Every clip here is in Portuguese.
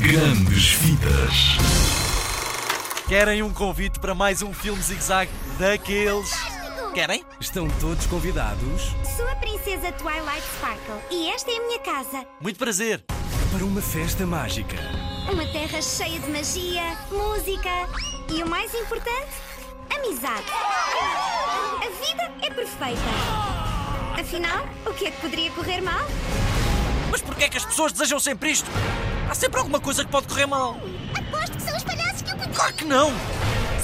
Grandes fitas. Querem um convite para mais um filme zig-zag daqueles? Querem? Estão todos convidados Sou a princesa Twilight Sparkle e esta é a minha casa. Muito prazer! para uma festa mágica. Uma terra cheia de magia, música e o mais importante, amizade. A vida é perfeita. Afinal, o que é que poderia correr mal? Mas porquê é que as pessoas desejam sempre isto? Há sempre alguma coisa que pode correr mal. Aposto que são os palhaços que eu pedi. Claro que não!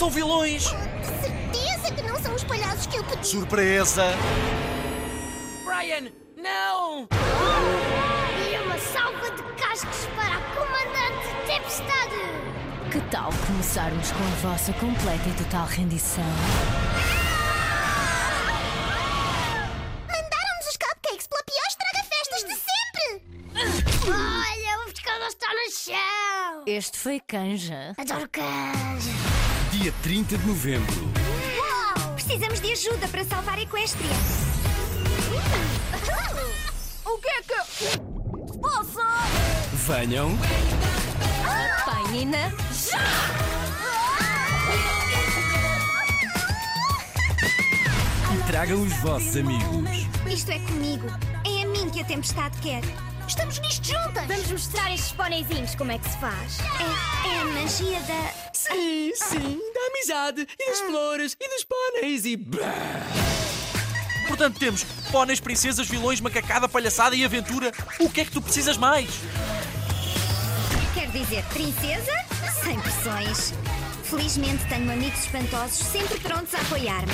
São vilões! Certeza que não são os palhaços que eu pedi. Surpresa! E uma salva de cascos para a comandante Tempestade. Que tal começarmos com a vossa completa e total rendição? Mandaram-nos os cupcakes pela pior estraga-festas de sempre! Olha, o pescado está no chão! Este foi Canja. Adoro canja! Dia 30 de novembro. Precisamos de ajuda para salvar a Equestria! o que é que. Posso! Venham Apanhem-na. e tragam os vossos amigos. Isto é comigo! É a mim que a tempestade quer! Estamos nisto juntas! Vamos mostrar estes ponizinhos como é que se faz! É, é a magia da. Sim, sim, da amizade e das flores e dos pôneis e. Portanto, temos póneis, princesas, vilões, macacada, palhaçada e aventura. O que é que tu precisas mais? Quer dizer, princesa, sem pressões. Felizmente tenho amigos espantosos sempre prontos a apoiar-me.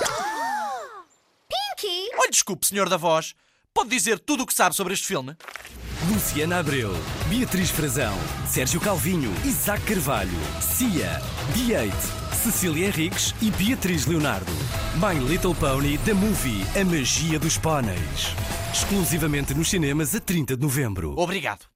Oh! Pinky! Olha, desculpe, senhor da voz. Pode dizer tudo o que sabe sobre este filme? Luciana Abreu, Beatriz Frazão, Sérgio Calvinho, Isaac Carvalho, Cia, D8, Cecília Henriques e Beatriz Leonardo. My Little Pony The Movie A Magia dos Pôneis. Exclusivamente nos cinemas a 30 de novembro. Obrigado.